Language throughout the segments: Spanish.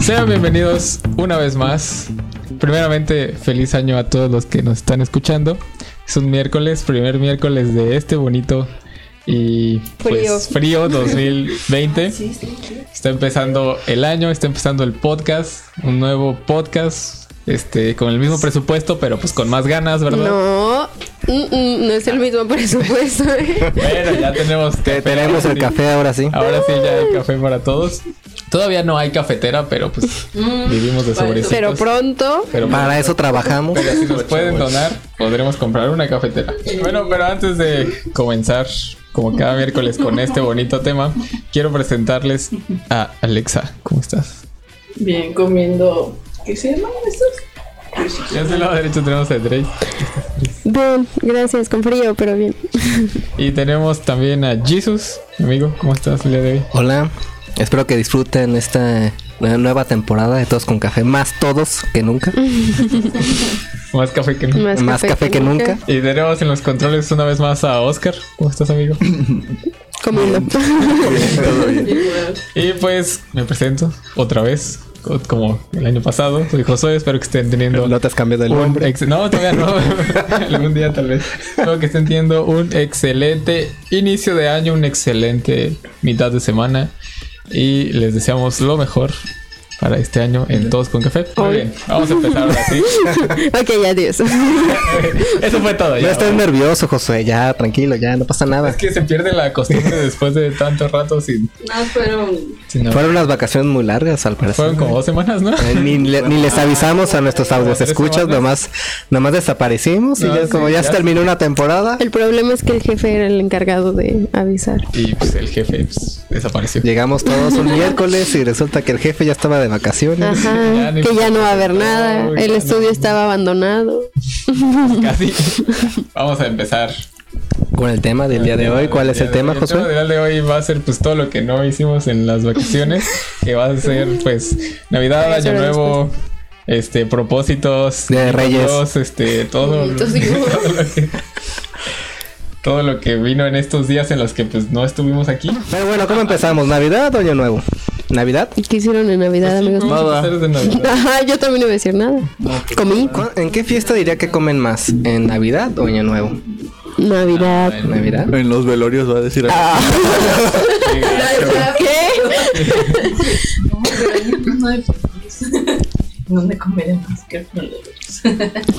Sean bienvenidos una vez más. Primeramente, feliz año a todos los que nos están escuchando. Es un miércoles, primer miércoles de este bonito y pues frío, 2020. Está empezando el año, está empezando el podcast, un nuevo podcast, este, con el mismo presupuesto, pero pues con más ganas, ¿verdad? No, mm, mm, no es el mismo presupuesto. ¿eh? Bueno, ya tenemos café, Tenemos el sí. café ahora sí. Ahora sí ya hay café para todos. Todavía no hay cafetera, pero pues vivimos de sobrecitos. Pero pronto, Pero Para eso trabajamos. Pero si nos pueden donar, podremos comprar una cafetera. Bueno, pero antes de comenzar, como cada miércoles con este bonito tema, quiero presentarles a Alexa. ¿Cómo estás? Bien, comiendo. ¿Qué se llaman estos? Ya del lado derecho tenemos a Drake. bien, gracias, con frío, pero bien. Y tenemos también a Jesus. Amigo, ¿cómo estás el día de hoy? Hola. Espero que disfruten esta nueva temporada de Todos con Café. Más todos que nunca. Más café que nunca. Más, Más café que nunca. Y tenemos en los controles una vez más a Oscar. ¿Cómo estás, amigo? Comiendo. Igual. Y pues me presento otra vez, co- como el año pasado. Soy Josué, espero que estén teniendo No te has cambiado el un nombre. ex- no, todavía no. Algún día tal vez. Espero que estén teniendo un excelente inicio de año, un excelente mitad de semana. Y les deseamos lo mejor para este año en Todos con Café. Muy bien, vamos a empezar ahora sí. ok, ya adiós. Eso fue todo. No Ya, estés nervioso, José. Ya, tranquilo, ya, no pasa nada. Es que se pierde la costumbre después de tanto rato sin... No, fueron. sin hablar. Fueron unas vacaciones muy largas, al parecer. Fueron como dos semanas, ¿no? Eh, Ni, le- ni les avisamos a nuestros audios escuchas, nomás, nomás desaparecimos y No, ya, sí, como ya, ya se sí. terminó una temporada, El problema es que el jefe era el encargado de avisar. Y pues el jefe pues, desapareció. llegamos todos un miércoles y resulta que el jefe ya estaba de vacaciones. Ya Ajá, ni que ya no va a haber no, nada. ya El no. estudio estaba abandonado. Casi. Vamos a empezar. Con el tema del Ah, día de hoy, ¿cuál es el tema, El tema José? del día de hoy va a ser pues todo lo que no hicimos en las vacaciones, que va a ser pues Navidad, Eso Año era Nuevo, este propósitos, Día de Reyes. Dios, este todo, lo- Bonitos dibujos. todo lo que todo lo que vino en estos días en los que pues no estuvimos aquí. Pero bueno, ¿cómo empezamos? ¿Navidad o Año Nuevo? ¿Navidad? ¿Y ¿Qué hicieron en Navidad, Pues, amigos? Vamos a hacer de Navidad. Ajá, yo también no iba a decir nada. Comí. ¿Cu- Ah, ¿En qué fiesta diría que comen más? ¿En Navidad o Año Nuevo? Navidad. Bueno, ¿Navidad? En los velorios va a decir Ah. qué Ah, gacho. ¿Qué? No hay ¿Dónde comerían más que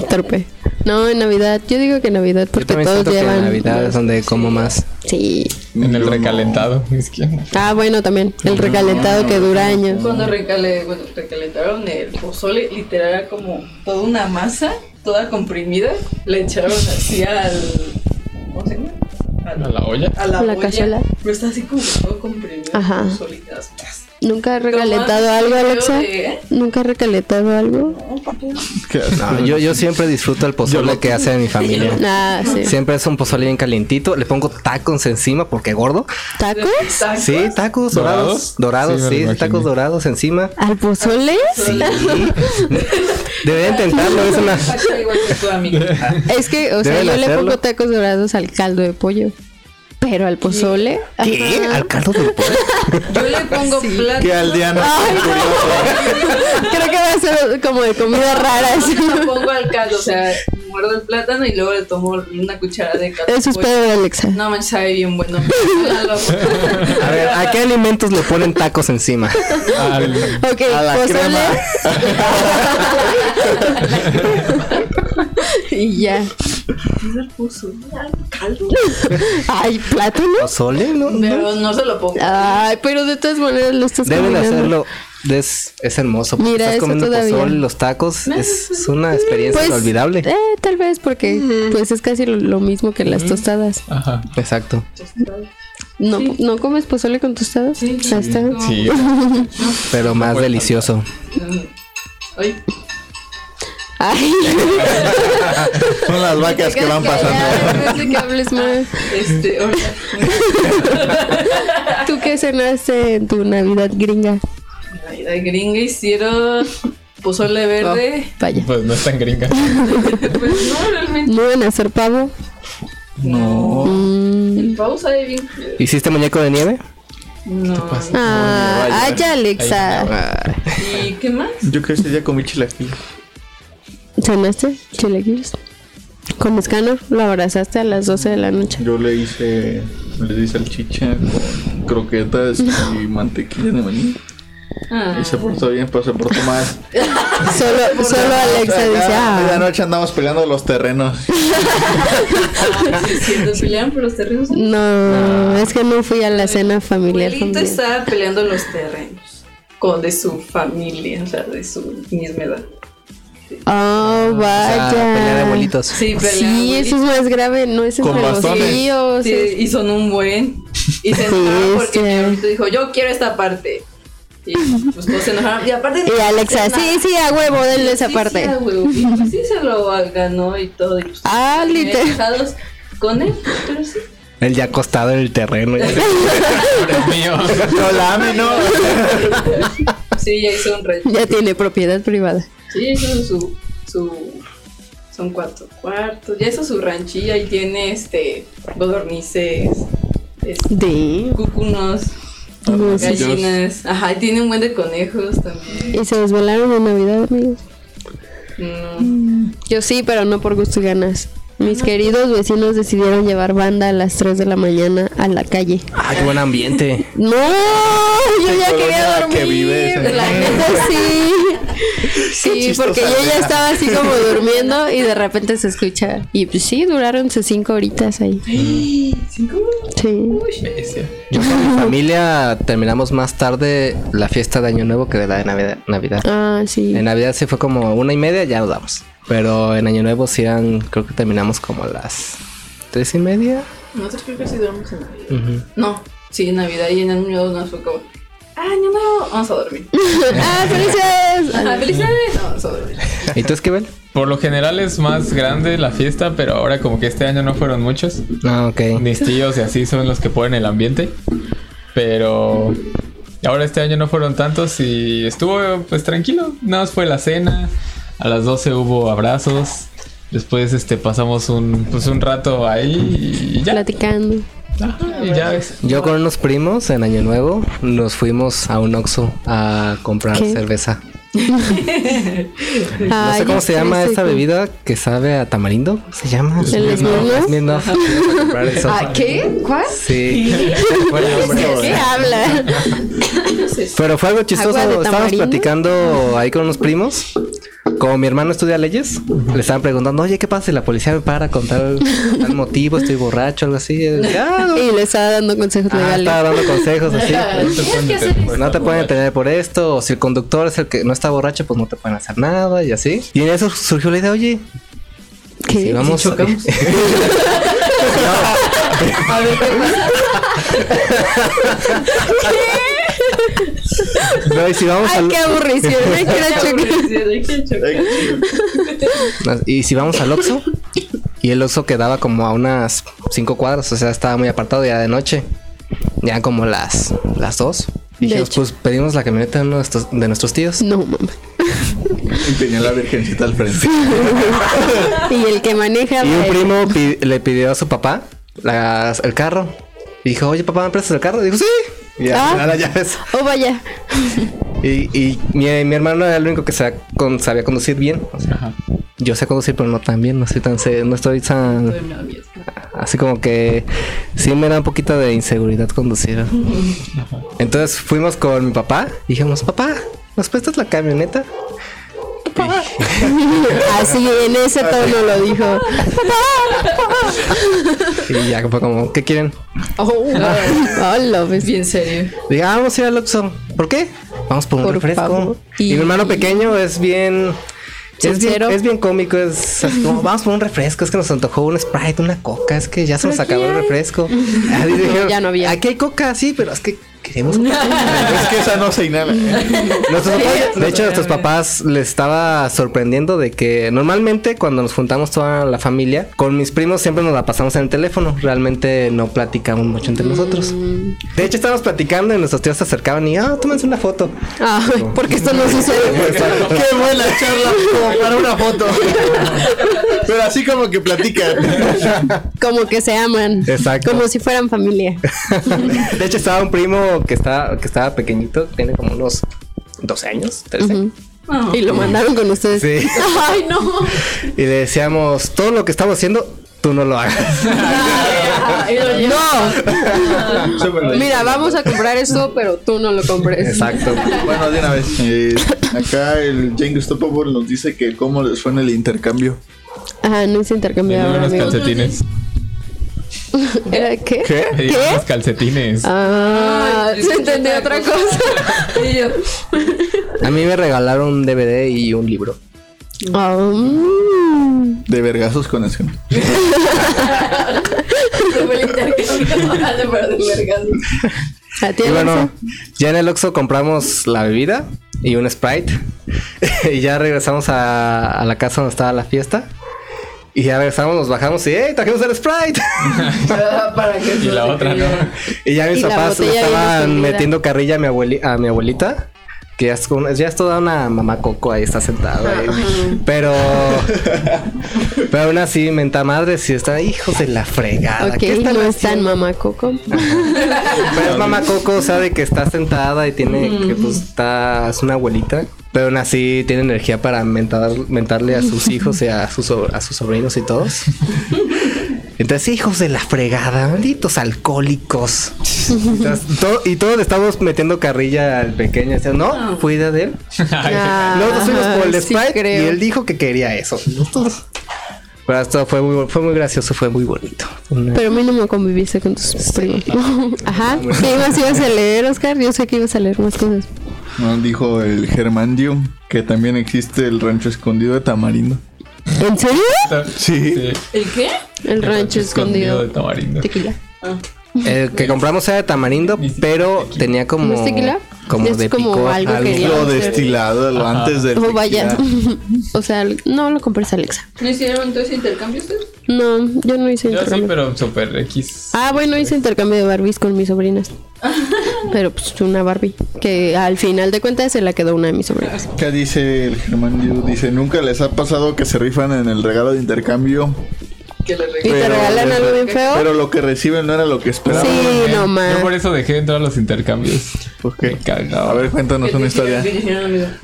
Torpe. No, en Navidad. Yo digo que en Navidad Yo porque también todos siento que en llevan. Navidad es donde como más. Sí. en el recalentado. Es que Ah, bueno, también. El recalentado que dura años. Cuando recale- bueno, recalentaron el pozole, literal era como toda una masa, toda comprimida, le echaron así al. ¿Cómo se llama? Al- a la olla. A la, La olla, cazuela. Pero está así como todo comprimido. Ajá. como solitas. ¿Nunca has recalentado algo, Tomás, Alexa? ¿eh? ¿Nunca has recalentado algo? No, papi. No, yo, yo siempre disfruto el pozole que hace mi familia. Ah, sí. Siempre es un pozole bien calientito. Le pongo tacos encima porque gordo. ¿Tacos? Tacos. Sí, tacos dorados. ¿Dorados? Dorados, Sí, me sí, lo imaginé. tacos dorados encima. ¿Al pozole? Sí. Debería intentarlo, es una. Está igual que tu amiga. Es que, o sea, Deben yo le hacerlo. pongo tacos dorados al caldo de pollo. Pero al pozole. ¿Qué? Ajá. ¿Al caldo del pollo? Yo le pongo plátano. que al día no Ay, no. Creo que va a ser como de comida rara. así. Lo pongo al caldo, o sea, muerdo el plátano y luego le tomo una cuchara de caldo. Eso es pedo de Alexa. No me sabe bien bueno. A ver, ¿a qué alimentos le ponen tacos encima? Al- Ok, A la pozole. y ya. Ay, plátano. ¿Pozole? No, no. Pero no se lo pongo. Ah. Ay, pero de todas maneras lo estás Deben combinando. hacerlo. Es, es hermoso. porque Mira, estás eso comiendo todavía. pozole, los tacos. Es, es una experiencia Pues, inolvidable. Eh, tal vez porque pues es casi lo, lo mismo que las tostadas. Ajá. Exacto. No, no comes pozole con tostadas. Sí, sí, Ahí está. Sí. Pero más puede delicioso. Ay, Ay, son las vacas que van pasando. ya, no sé que hables más. este, ahorita. ¿Tú qué cenaste en tu Navidad gringa? Ay, la gringa hicieron pozole verde. Oh, vaya. Pues no es tan gringa. Pues no, realmente. No van a hacer pavo. No. Mm, El pavo sabe bien. ¿Hiciste muñeco de nieve? No. pasa? Ah, Ay, ay, Alexa. ¿Y qué más? Yo creo que ya comí chilaquiles. ¿Sonaste chilaquiles? Con escáner lo abrazaste a las 12 de la noche. Yo le hice, le di salchicha con croquetas y mantequilla de maní. Ah, Y se portó bien, pero se portó mal. Solo, solo Alexa dice, La ah. noche andamos peleando los terrenos. ah, sí, es cierto, pelearon por los terrenos. Ah. No, es que no fui a la cena familiar. Abuelito familiar. estaba peleando los terrenos con de su familia, o sea, de su misma edad. Oh, O sea, pelea de vaya. abuelitos. Sí, Sí, eso es más grave, no es Con entre los bastones. tíos. es- y son un buen. Y se Sí, enojaron porque mi sí. abuelito dijo, yo quiero esta parte. Y pues todos se enojaron. Y aparte... Y Alexa, no, sí, sí, a huevo, denle esa sí, parte. Sí, a huevo, y pues sí se lo ganó y todo. Y pues, Ah, terminé literal. enojados con él, pero sí. Él ya acostado en el terreno. Dios mío. No la ame, no. Sí, ya hizo un reto. Ya tiene propiedad privada. Sí, eso es su, su son cuatro cuartos, ya eso es su ranchilla y tiene este bodornices, este, De. cucunos, No sé. gallinas, ajá, y tiene un buen de conejos también. Y se desvelaron en Navidad, amigos. No, Yo sí, pero no por gusto y ganas. Mis queridos vecinos decidieron llevar banda a las 3 de la mañana a la calle. Ah, qué buen ambiente. ¡No! Yo ya colonia quería que dormir. vives, la ¿eh? neta sí. Sí, chistosa porque yo ya idea. estaba así como durmiendo y de repente se escucha. Y pues sí, duraron sus 5 horitas ahí. cinco. Sí. Yo con mi familia terminamos más tarde la fiesta de Año Nuevo que de la de Navidad. Navidad. Ah, sí. En Navidad sí fue como una y media, ya nos damos. Pero en Año Nuevo sí eran, creo que terminamos como a las tres y media. Nosotros creo que sí dormimos en Navidad. No, sí, en Navidad y en Año Nuevo nos fue como, ah, Año Nuevo, vamos a dormir. ¡Ah, felices! Ajá, feliz Navidad, no, vamos a dormir. ¿Y tú, Esquivel? Por lo general es más grande la fiesta, pero ahora como que este año no fueron muchos. Ah, ok. Mis tíos y así son los que ponen el ambiente. Pero ahora este año no fueron tantos y estuvo pues tranquilo. Nada más fue la cena. A las 12 hubo abrazos. Después este pasamos un, pues, un rato ahí y ya. Platicando. Ajá, y ya ves. Yo con unos primos en Año Nuevo nos fuimos a un Oxxo a comprar ¿Qué? cerveza. No Ay, sé cómo se yo llama estoy esta con- bebida que sabe a tamarindo. ¿Cómo se llama? ¿El Smirnoff? Smirnoff. Fuimos a comprar eso. Ah, ¿Qué? ¿Cuál? Sí. Bueno, ¿De qué habla? Pero fue algo chistoso. ¿Agua de Estábamos tamarindo? platicando ahí con unos primos. Como mi hermano estudia leyes, le estaban preguntando, oye, ¿qué pasa si la policía me para con tal, tal motivo? Estoy borracho, algo así. Y yo, "Ah, no". Y le estaba dando consejos Ah, legales. estaba dando consejos así. Pues, No te pueden detener por No te estar pueden borracho. detener por esto, o si el conductor es el que no está borracho, pues no te pueden hacer nada y así. Y en eso surgió la idea, oye, ¿Qué? si vamos chocamos? No, y si vamos Ay, al- qué aburrición. Ay, quiero chocar. Y si vamos al Oxxo y el Oxxo quedaba como a unas cinco cuadras, o sea, estaba muy apartado ya de noche. Ya como las las 2. Dijimos, hecho. pues pedimos la camioneta de, uno de estos- de nuestros tíos. No, mamá. Y tenía la virgencita al frente. Y el que maneja. Y un pues, primo pi- le pidió a su papá las- el carro. Y dijo, oye, papá, ¿me prestas el carro? Y dijo, sí. Y al Ah. final las llaves. Oh, vaya. Y, y mi, mi hermano era el único que sabía, con- sabía conducir bien. O sea, Ajá. yo sé conducir, pero no tan bien. No, soy tan, se- no estoy tan... Así como que sí me da un poquito de inseguridad conducir. Entonces fuimos con mi papá y dijimos, papá, ¿nos prestas la camioneta? Así, en ese tono lo dijo. Y ya fue como, ¿qué quieren? Oh, lo ves. Bien serio. Dije, "Ah, vamos a ir al Oxxo. ¿Por qué? Vamos por un Por refresco. favor. Y... Y- mi hermano pequeño es bien... Es bien, Sincero. es bien cómico, es así como, vamos por un refresco, es que nos antojó un Sprite, una coca, es que ya se nos acabó el refresco. Así dijeron, ya no había. Aquí hay coca, sí, pero es que queremos es que esa no se inhala. Nuestros papás- de hecho, a nuestros papás les estaba sorprendiendo de que normalmente cuando nos juntamos toda la familia, con mis primos siempre nos la pasamos en el teléfono. Realmente no platicamos mucho entre nosotros. De hecho, estábamos platicando y nuestros tíos se acercaban y, ah, tómense una foto. Ah, porque esto no sucede. Qué buena charla como para una foto. Pero así como que platican. Como que se aman. Exacto. Como si fueran familia. De hecho, estaba un primo niño que estaba, que estaba pequeñito, tiene como unos 12 años, 13. Ujú. No. Y lo mandaron con ustedes. Sí. Ay, no. Y le decíamos, todo lo que estamos haciendo, tú no lo hagas. No. Sí, bueno, Mira, vamos a comprar esto, pero tú no lo compres. Exacto. Bueno, de una vez. eh, acá el Jane Gustavo nos dice que cómo les fue en el intercambio. Ajá, no hice intercambio Vendieron ahora, unos amigo. calcetines. ¿Era qué? ¿Qué? Vendieron unos calcetines. Ah, Ay, se entendió otra cosa. y yo, A mí me regalaron un DVD y un libro. Ah, mm. De vergazos con eso. se fue "Ah". el intercambio. Ah, no, pero de vergas. ¿A ti, Y bueno, Alonso? ya en el Oxxo compramos la bebida y un Sprite. y ya regresamos a, a la casa donde estaba la fiesta. Y ya regresamos, nos bajamos y ¡Ey, trajimos el Sprite! Ah, Para que Y la otra, ¿no? y ya mis Y la papás le botella bien estaban escondida. metiendo carrilla a mi, abueli- a mi abuelita. Que ya es, como- ya es toda una mamá coco ahí, está sentada. ahí. Pero... pero aún así, menta madre, si está... Hijos de la fregada. Ok, ¿qué están no es tan haciendo?" mamacoco. Pero es mamá Coco, o sea, de que está sentada y tiene que, pues, está, es una abuelita. Pero aún así tiene energía para mentar, mentarle a sus hijos y a sus, so- a sus sobrinos y todos. Entonces, hijos de la fregada, malditos alcohólicos. Entonces, todo- y todos le estamos metiendo carrilla al pequeño. O sea, no, cuida de él. Nosotros fuimos por el Ah. sí Sprite creo. y él dijo que quería eso. Nosotros- Pero esto fue muy, fue muy gracioso, fue muy bonito. Una- Pero mínimo conviviste con tus primos. Ajá. ¿Qué más ibas a leer, Oscar? Yo sé que ibas a leer más cosas. Nos dijo el Germandio que también existe el rancho escondido de Tamarindo. ¿En serio? Sí. ¿El qué? El rancho escondido. de Tamarindo. Tequila. Ah. El Eh, que compramos era de tamarindo, Ni siquiera pero tequila. tenía como. ¿No es tequila? Como Es de como picor, algo que ya- Lo destilado lo Ajá. antes del. Oh, vaya. tequila. o sea, no lo compres, Alexa. ¿No hicieron entonces intercambio ustedes? No, yo no hice Yo sí, intercambio. pero super X. Ah, bueno, Este. hice intercambio de Barbies con mis sobrinas. Pero pues una Barbie. Que al final de cuentas se la quedó una de mis sobrinas. Acá dice el Germandio, dice, nunca les ha pasado que se rifan en el regalo de intercambio. Que le ¿Y te Pero- regalan algo bien feo? Pero lo que reciben no era lo que esperaban. Sí, Eh, no Yo más. por eso dejé de entrar a los intercambios. ¿Por qué? Me cagaba. A ver, cuéntanos una historia.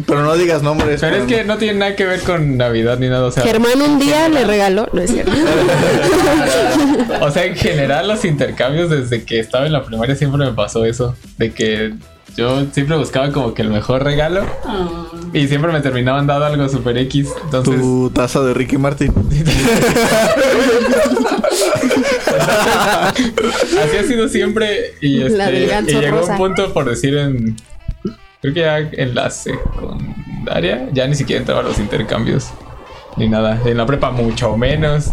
Pero no digas nombres. Pero es para- que no tiene nada que ver con Navidad ni nada. O sea, Germán un día le regaló. No es cierto. o sea, en general los intercambios desde que estaba en la primaria siempre me pasó eso. De que yo siempre buscaba como que el mejor regalo Ah, y siempre me terminaban dando algo super X. Entonces... Tu taza de Ricky Martin. Así ha sido siempre y, este, La del ganso y llegó rosa. un punto por decir en creo que ya en la secundaria ya ni siquiera entraba a los intercambios ni nada en la prepa mucho menos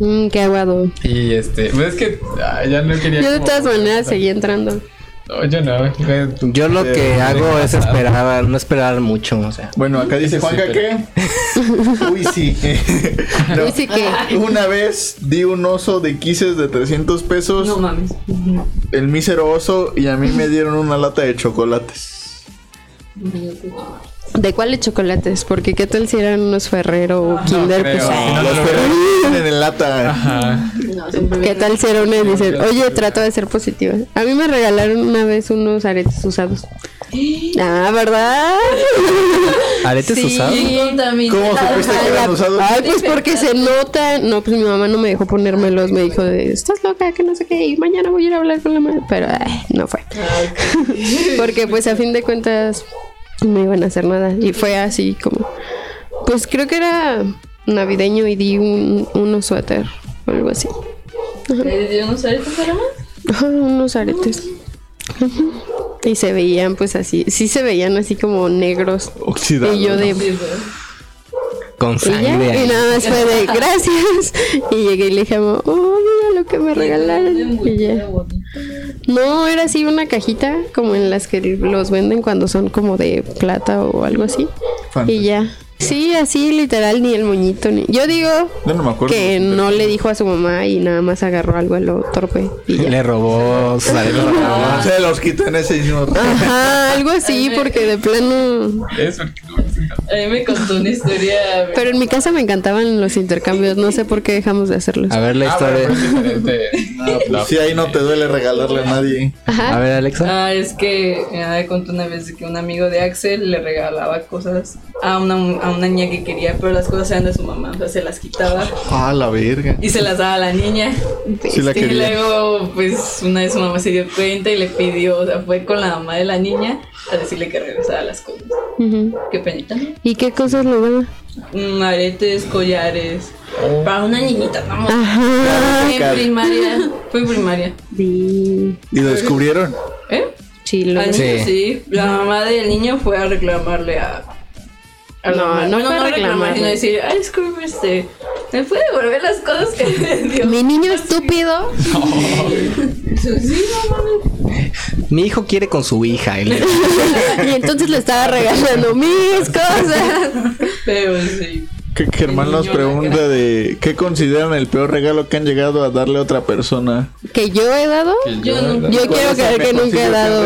Mm, qué aguado. y este pues es que ah, ya no quería Yo de como- todas maneras seguí entrando. No, yo no eh, Yo lo Pero que no hago deja es pasar. esperar, no esperar mucho, o sea. Bueno, acá dice Eso sí, Juanca pero- que... Uy, sí. No. Uy, sí que. Una vez di un oso de quises de 300 pesos, No mames. el mísero oso, y a mí me dieron una lata de chocolates. ¿De cuáles chocolates? Porque qué tal si eran unos Ferrero o Kinder, creo. pues. Ah, No, ay. Los no, perros vienen en lata. ajá. No, siempre ¿Qué tal si era una y dicen, oye, trato de ser positiva? A mí me regalaron una vez unos aretes usados. Ah, ¿verdad? Aretes Sí. usados. bien contaminado. ¿Cómo supiste que eran usados? Ay, pues porque se nota. No, pues mi mamá no me dejó ponérmelos. Me dijo, de, estás loca, que no sé qué. Y mañana voy a ir a hablar con la madre. Pero ay, no fue. porque pues a fin de cuentas no iban a hacer nada. Y fue así como... Pues creo que era navideño y di un, unos suéter o algo así. ¿Le dieron Eh, usar estos aromas? Ajá, unos aretes. Ujú. Y se veían pues así, sí se veían así como negros. Oxidado. y yo de... Sí, pero- Con Y ya, sangre. y Pues ahí. nada más fue de gracias. Y llegué y le dije, a mi mamá, oh, mira lo que me regalaron. Y ya. No, era así una cajita, como en las que los venden cuando son como de plata o algo así. Fantas- Y ya. Sí, así literal, ni el moñito. Ni... Yo digo Yo no me acuerdo. que no le dijo a su mamá y nada más agarró algo a lo torpe. Y ya. Le robó sus aretes. Se los quitan ese y no- Ajá, algo así, porque de plano. es porque no, A mí me contó una historia. Pero en mi casa me encantaban los intercambios, no sé por qué dejamos de hacerlos. A ver la Ah, bueno, historia. pero es diferente. No, pues sí, ahí no te duele regalarle a nadie. Ajá. A ver, Alexa. Ah, es que mi mamá me contó una vez de que un amigo de Axel le regalaba cosas a una, a una niña que quería, pero las cosas eran de su mamá, o sea, se las quitaba Ah, la verga. y se las daba a la niña. Sí la Y quería. luego, pues, una vez su mamá se dio cuenta y le pidió, o sea, fue con la mamá de la niña a decirle que regresara las cosas. Ujú. Qué penita. ¿Y qué cosas le van a- Mm, aretes, collares. Oh. Para una niñita, vamos. Ajá. Fue en primaria. Fue en primaria. Sí. Y lo descubrieron. ¿Eh? Chilo. Al Sí. niño sí. La mamá del niño fue a reclamarle a. a la No, mamá. no Bueno, fue a reclamarle. sino decir, ay, disculpe, este. ¿Me puede devolver las cosas que me dio? Mi niño estúpido. Sí, no mames. Mi hijo quiere con su hija. y le- y entonces le estaba regalando mis cosas. Pero sí. Que Germán nos pregunta de qué consideran el peor regalo que han llegado a darle a otra persona. Que yo he dado. pues Yo no. Yo ¿Cuál quiero es el creer que mejor nunca he sitio que han dado.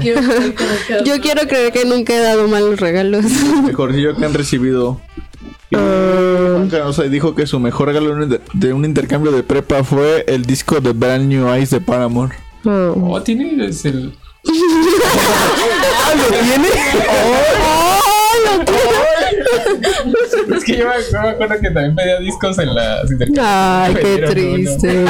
Yo quiero que- Yo quiero creer que nunca he dado malos regalos. Mejorcillo que han recibido. Y Ah, Juanca nos dijo que su mejor regalo de un inter- de un intercambio de prepa fue el disco de Brand New Eyes de Paramore. Oh. Oh, tiene es el. ¡Oh, lo quiero! Es que yo me, yo me acuerdo que también pedía discos en las intercambios. Ay, Me qué dieron uno. triste.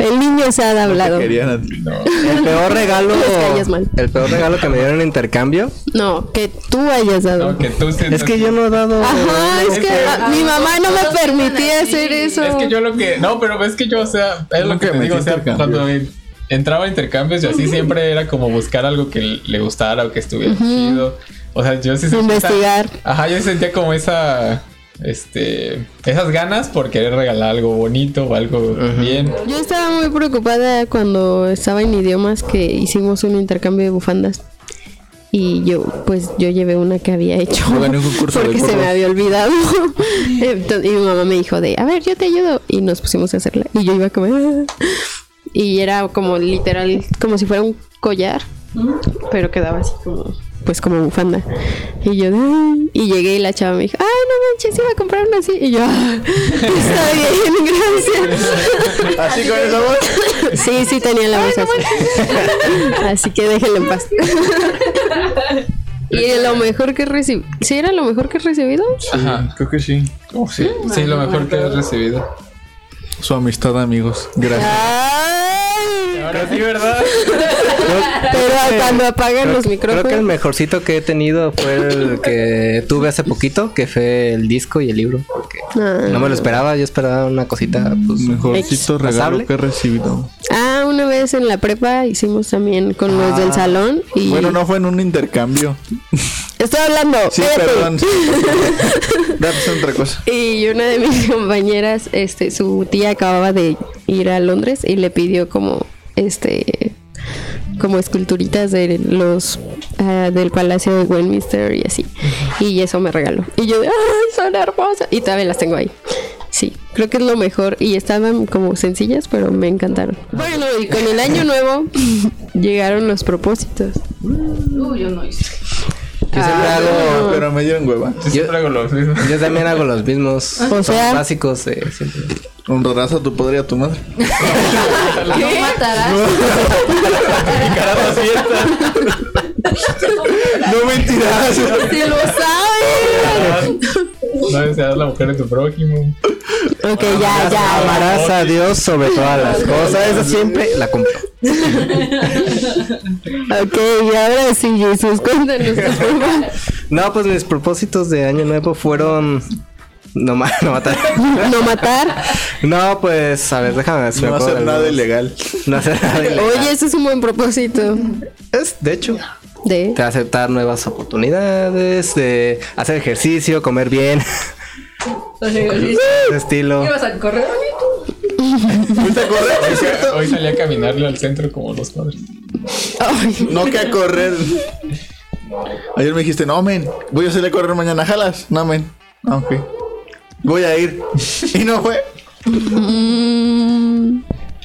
El niño se ha hablado. Querían a ti. No. El peor regalo. No les calles mal. El peor regalo que me dieron en intercambio. No, que tú hayas dado. No, que tú sientas- Es que yo no he dado. Ajá, es que Ah, mi mamá no todos me están permitía así. hacer eso. Es que yo lo que. No, pero es que yo, o sea, es lo Nunca que te metí digo, o sea, intercambios. cuando entraba a intercambios, yo así siempre era como buscar algo que le gustara o que estuviera chido. O sea, yo sí sentía esa- Investigar. Ajá, yo sentía como esa. Este. Esas ganas por querer regalar algo bonito o algo bien. Yo estaba muy preocupada cuando estaba en idiomas que hicimos un intercambio de bufandas. Y yo, pues yo llevé una que había hecho. Yo gané un concurso de porque se gorros. me había olvidado. Entonces, y mi mamá me dijo de, a ver, yo te ayudo. Y nos pusimos a hacerla. Y yo iba a comer. Y era como literal, como si fuera un collar. Pero quedaba así como, pues como bufanda. Y yo, "Ay". y llegué y la chava me dijo, ay, no manches, iba a comprar una así. Y yo, "Ah, está bien, gracias. Así con esa voz. Sí, sí tenía la voz así. Así que déjenlo en paz. Y lo mejor que recibí. ¿Sí era lo mejor que he recibido? Ajá. Oh, Creo que sí. Sí, sí, lo mejor que has recibido. Su amistad, amigos. Ah. Gracias. Ay, Ahora sí, ¿verdad? pero cuando apagan los Creo que el micrófonos. mejorcito que he tenido fue el que tuve hace poquito, que fue el disco y el libro. Porque Ah. no me lo esperaba, yo esperaba una cosita. Pues, Mejorcito regalo Pasable. que he recibido. Ah, una vez en la prepa hicimos también con los del salón. Y Ah. Bueno, no fue en un intercambio. Estoy hablando. Sí, cállate. perdón. Datos otra cosa. Y una de mis compañeras, este, su tía acababa de ir a Londres y le pidió como, este, como esculturitas de los ah, del Palacio de Westminster y así. Y eso me regaló. Y yo, de, ¡ay, son hermosas! Y todavía las tengo ahí. Sí, creo que es lo mejor. Y estaban como sencillas, pero me encantaron. Bueno, y con el año nuevo llegaron los propósitos. Uh, yo no hice. Yo Ah. siempre hago. Pero me dieron hueva. Yo siempre hago lo mismo. Yo también hago los mismos. Ah, O O sea- básicos. eh, siempre. Honrarás a tu padre y a tu madre. No matarás. No mentirás. ¡Se lo saben! No deseas la mujer de tu prójimo. Ok, Ah, ya, ya. Amarás a Dios sobre todas las cosas. Esa siempre la compro. Ok, y ahora sí, Jesús, cuéntanos. No, pues mis propósitos de año nuevo fueron. No, ma- no matar. no matar. No, pues, a ver, déjame si me No acuerdo hacer de nada algunos. ilegal. No hacer nada ilegal. Oye, ese es un buen propósito. Es, de hecho, De. de aceptar nuevas oportunidades, de hacer ejercicio, comer bien, de estilo. ¿Qué vas a correr? ¿Fuiste a correr? ¿Es cierto? Hoy salí a caminarle al centro como los padres. Ay, No que a correr. Ayer me dijiste, no, men, voy a salir a correr mañana. ¿Jalas? No, men. Ah, ok. Voy a ir. Y no fue. mm,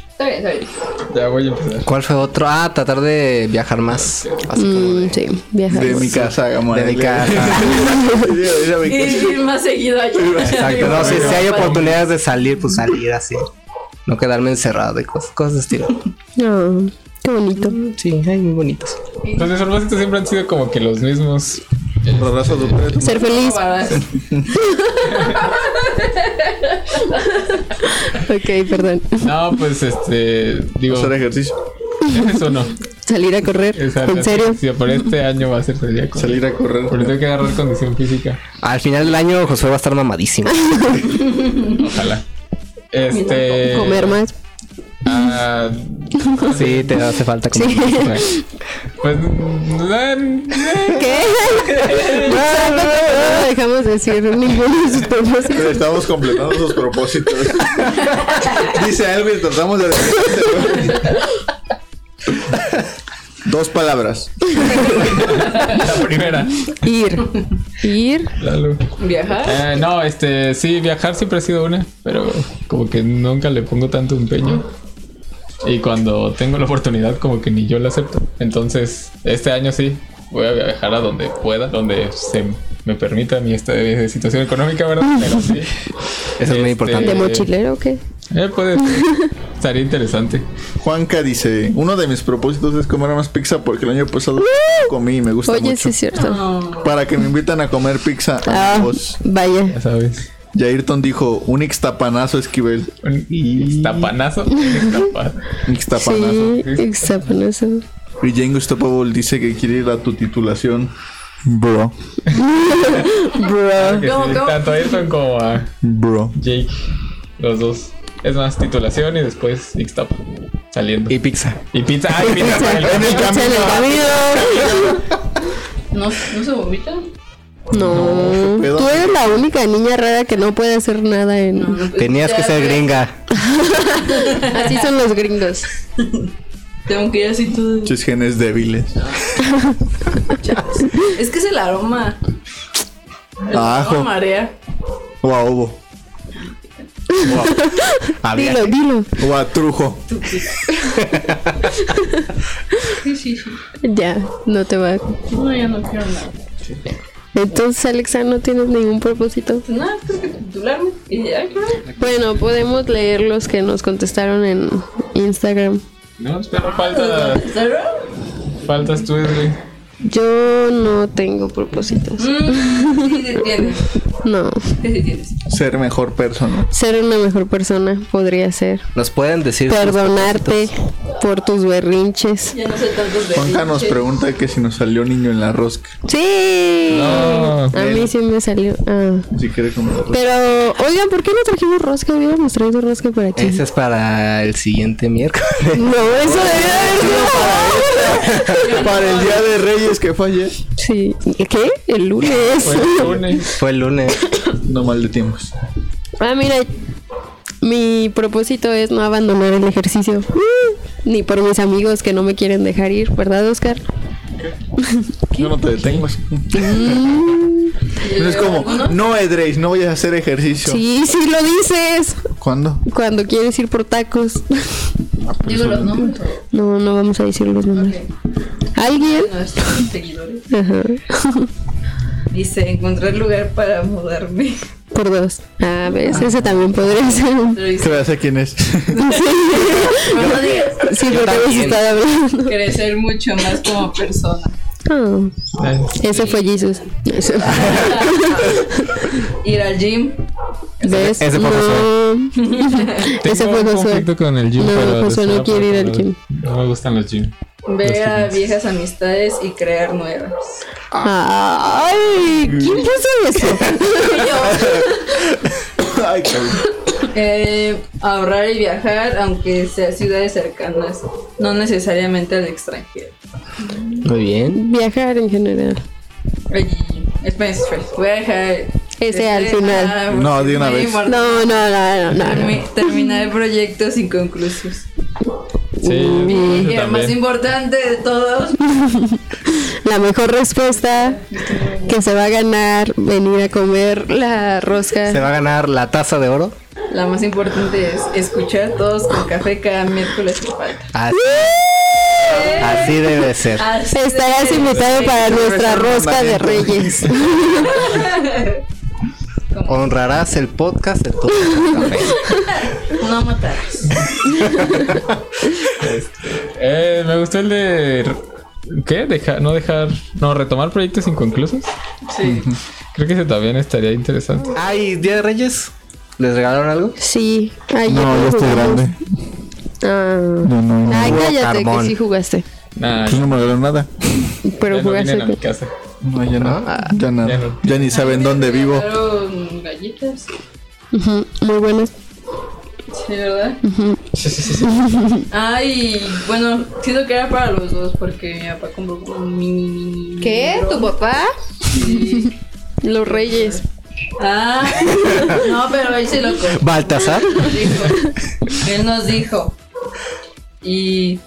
Está bien, está bien. Ya voy a empezar. ¿Cuál fue otro? Ah, tratar de viajar más. Así como Mm, de, sí, viajar. De mi casa, como de mi casa. Ir a mi Y casa. ir más seguido allá. Exacto. No, si, si hay oportunidades de salir, pues salir así. No quedarme encerrado y cosas, cosas de estilo. No, qué bonito. Sí, hay muy bonitos. Entonces, los propósitos siempre han sido como que los mismos. Rolazo de Pret. Ser feliz. Ok, perdón. No, pues este. Digo, Hacer ejercicio. eso no. Salir a correr. Exacto. ¿En serio? Sí, por este año va a ser salir a correr. Salir a correr. Porque tengo que agarrar condición física. Al final del año, Josué va a estar mamadísimo. Ojalá. Este. Comer más. ah, Sí, te hace falta comer. Sí. pues. no, ¿Qué? No, no, no, no dejamos de decir ninguno de sus Pero propósitos. estamos completando sus propósitos. Dice algo y tratamos de repetirlo. Dos palabras. la primera. Ir. Ir. Lalo. Viajar. Eh, no, este, sí, viajar siempre ha sido una, pero como que nunca le pongo tanto empeño. Y cuando tengo la oportunidad, como que ni yo la acepto. Entonces, este año sí, voy a viajar a donde pueda, donde se me permita mi esta- eh, situación económica, ¿verdad? Pero sí. Eso es muy Este, importante. ¿De mochilero o qué? Eh, puede Estaría interesante. Juanca dice, uno de mis propósitos es comer más pizza porque el año pasado comí y me gusta Oye, sí mucho. es cierto. Para que me invitan a comer pizza, Ah, amigos. Ya vaya. sabes. Jairton dijo, un ixtapanazo esquivel. Un tapanazo. Un ixtapanazo. Sí, exacto. eso. Y Jengo Stopable dice que quiere ir a tu titulación. Bro, Bro. ¿Cómo, cómo? Tanto a Ayrton como a bro. Jake. Los dos. Es más, titulación y después Ixtapa. Saliendo. Y pizza. Y pizza, ay, pizza para el Pizza en el camino. ¿No, ¿No se vomita? No. pedo. Tú eres la única niña rara que no puede hacer nada en. pues, Tenías que ser gringa. Así son los gringos. Tengo que ir así todo. Muchos genes débiles. Es que es el aroma. El Ah. A ajo. aroma marea. O a ovo. O a, Había- Dilo, dilo. o a trujo. Sí, sí, sí. Ya, no te va. No, ya no quiero nada. Entonces, Alexa, no tienes ningún propósito. Pues nada, tengo que titularme. Y ya, claro. Bueno, podemos leer los que nos contestaron en Instagram. No, espera, falta, ¿Sabes? faltas tú, Edwin. Yo no tengo propósitos. Mm, Sí, sí tienes. No. Sí, sí tienes. Ser mejor persona. Ser una mejor persona podría ser. Nos pueden decir. sus Perdonarte por tus berrinches. Ya no sé tantos de Juanca nos pinches. pregunta que si nos salió niño en la rosca. Sí. No, A mí sí me salió. ah. Si quiere comer rosca. Pero, oigan, ¿por qué no trajimos rosca? Hubiéramos traído rosca para aquí. Ese es para el siguiente miércoles. No, eso debe haber sido. Para el día de Reyes que fue ayer. Sí. ¿Qué? El lunes. fue el lunes. Fue el lunes. No mal de tiempos. Ah, mira, mi propósito es no abandonar el ejercicio. Mm, Ni por mis amigos que no me quieren dejar ir, ¿verdad, Oscar? Yo no te detengo. Y yo es digo, como, algunos, no Edreis, no vayas a hacer ejercicio. Sí, sí lo dices. ¿Cuándo? Cuando quieres ir por tacos. Digo los nombres. No, No, no vamos a decir los nombres. ¿Alguien? Nuestros seguidores. Ajá. Dice, encontrar lugar para mudarme. Por dos. A Ah. ver, ese también podría ser. un- Pero dice, Se vea sé quién es. no lo digas. Sí, lo que habéis también. estado hablando. Crecer mucho más como persona. Ah, ese fue Jesus. Ese- Ir al gym. ¿Ves? ese fue no. Ese Tengo fue un Josué. conflicto con el gym, No, pero Josué no está quiere ir al preparado. gym. No me gustan los gym. Ver a viejas amistades y crear nuevas. Ay, ¿quién puso eso? Ay, cabrón. Eh, ahorrar y viajar, aunque sea ciudades cercanas, no necesariamente al extranjero. Muy bien. Viajar en general. Ay, esperen, esperen, voy a dejar. Ese al este, final. ah, No, de una muy vez. importante. No, no, no, no, no. no. Termi- Terminar proyectos inconclusos. Sí, Mm. Mm, Y yo el más también. importante de todos, La mejor respuesta que se va a ganar venir a comer la Se rosca. va a ganar la taza de oro. La más importante es escuchar todos con café cada miércoles que falta. Así, así debe ser. Así Estarás de- invitado para Yo nuestra regreso rosca al de mandamiento. reyes. Honrarás el podcast de todo el café. No matarás. Este, Eh, me gustó el de. ¿Qué? Deja- no dejar. No, retomar proyectos inconclusos. Sí. Creo que ese también estaría interesante. Ay, Día de Reyes. ¿Les regalaron algo? Sí, ayer. No, yo estoy jugamos. grande. Ah. No, no, no. Ay, Hubo cállate, que carbón. sí jugaste. Nah, Pues no me regalaron nada. Pero ya no jugaste. vienen a mi casa. No, ya no. Ah, Ya ya nada. no. Ya ni saben dónde vivo. Regalaron galletas. Ujú, Muy buenas. Sí, ¿verdad? Ay, bueno, siento que era para los dos porque mi papá compró como un mini, mini. libro. papá? Sí. Los reyes. Ah, no, pero él sí lo compró. Baltasar. dijo, él nos dijo. Y.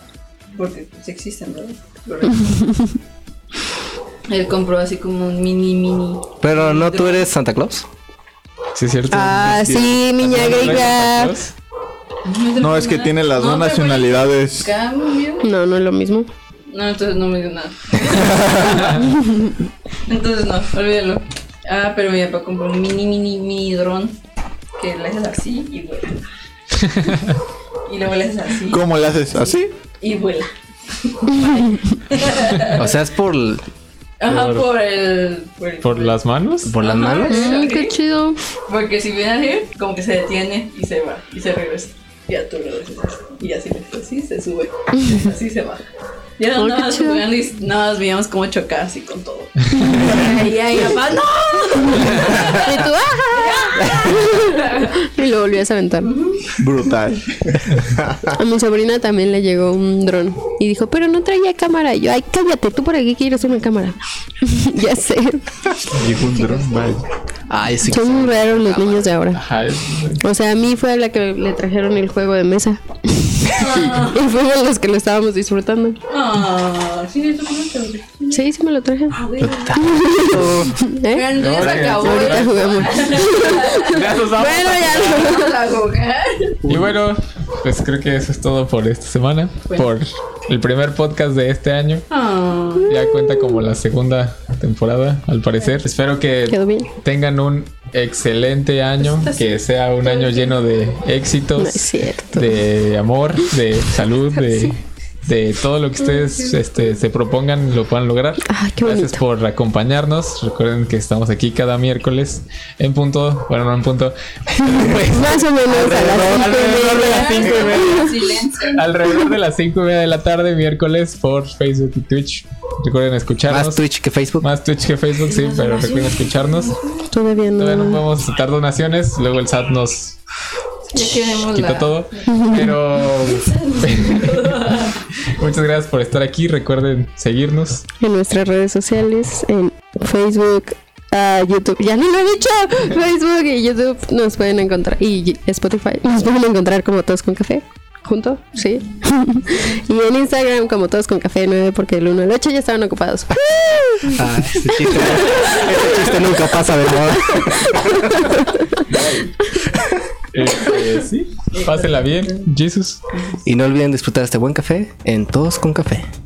Porque pues, existen, ¿verdad? Correcto. Él compró así como un mini, mini. Pero no tú eres Santa Claus. Sí, es cierto. Ah, sí, miña griega. No, es que tiene las dos nacionalidades. Cambio. No, no es lo mismo. No, entonces no me dio nada. entonces no, olvídalo. Ah, pero mi papá compró un mini, mini, mini dron. Que le haces así y vuela. y luego le haces así ¿Cómo le haces? ¿Así? y vuela. O sea, es por, Ajá, por el. Por, el- ¿Por las manos? por las Ajá, manos. es Mm, así. qué chido. Porque si viene a ir, como que se detiene y se va, y se regresa. Y ya tú regresas. Y así le haces así, se sube, y así se baja. Y era Oh, qué nada más chido. jugando y nada más veíamos cómo chocaba así con todo. y ahí papá, ¡no! Y tú, ¡ajá! Y lo volvías a aventar. Brutal. A mi sobrina también le llegó un dron. Y dijo, pero no traía cámara. Y yo, ay, cállate, tú para qué quieres una cámara. ya sé. Llegó un dron, vaya. Ay, sí. Son muy raros los niños de ahora. Ajá. es- O sea, a mí fue a la que le trajeron el juego de mesa. y fuimos los que lo estábamos disfrutando. Ah, sí, eso fue lo que- Sí, sí me lo trajeron. Ah, güey. ¿Eh? Pero ya se acabó. Ahorita jugamos. Gracias, vamos. Bueno, ya no. Vamos a jugar. Y bueno, pues creo que eso es todo por esta semana. Bueno. Por el primer podcast de este año. Ah, Ya cuenta como la segunda temporada, al parecer. Espero Quedó que bien. Pues, tengan un excelente año, que sea un año lleno de éxitos, No es cierto. de amor, de salud, de, de todo lo que ustedes este, se propongan lo puedan lograr. Ah, qué Gracias bonito. por acompañarnos. Recuerden que estamos aquí cada miércoles en punto, bueno, no en punto, pues, Más o menos a las alrededor de las cinco y media. silencio. Alrededor de las 5 y media de la tarde, miércoles, por Facebook y Twitch. Recuerden escucharnos. Más Twitch que Facebook. Más Twitch que Facebook, sí, pero recuerden escucharnos. Todavía Todavía no no. podemos aceptar donaciones. Luego el SAT nos Ya queremos quita la. todo. Pero. Muchas gracias por estar aquí. Recuerden seguirnos. En nuestras redes sociales, en Facebook. ah, YouTube, ya no lo he dicho. Facebook y YouTube nos pueden encontrar. Y Spotify nos pueden encontrar como Todos con Café. Junto, sí. y en Instagram como Todos con Café 9, porque el 1 al 8 ya estaban ocupados. Ah, este chiste, este chiste nunca pasa de moda. Este, sí. Pásenla bien. Jesus. Y no olviden disfrutar este buen café en Todos con Café.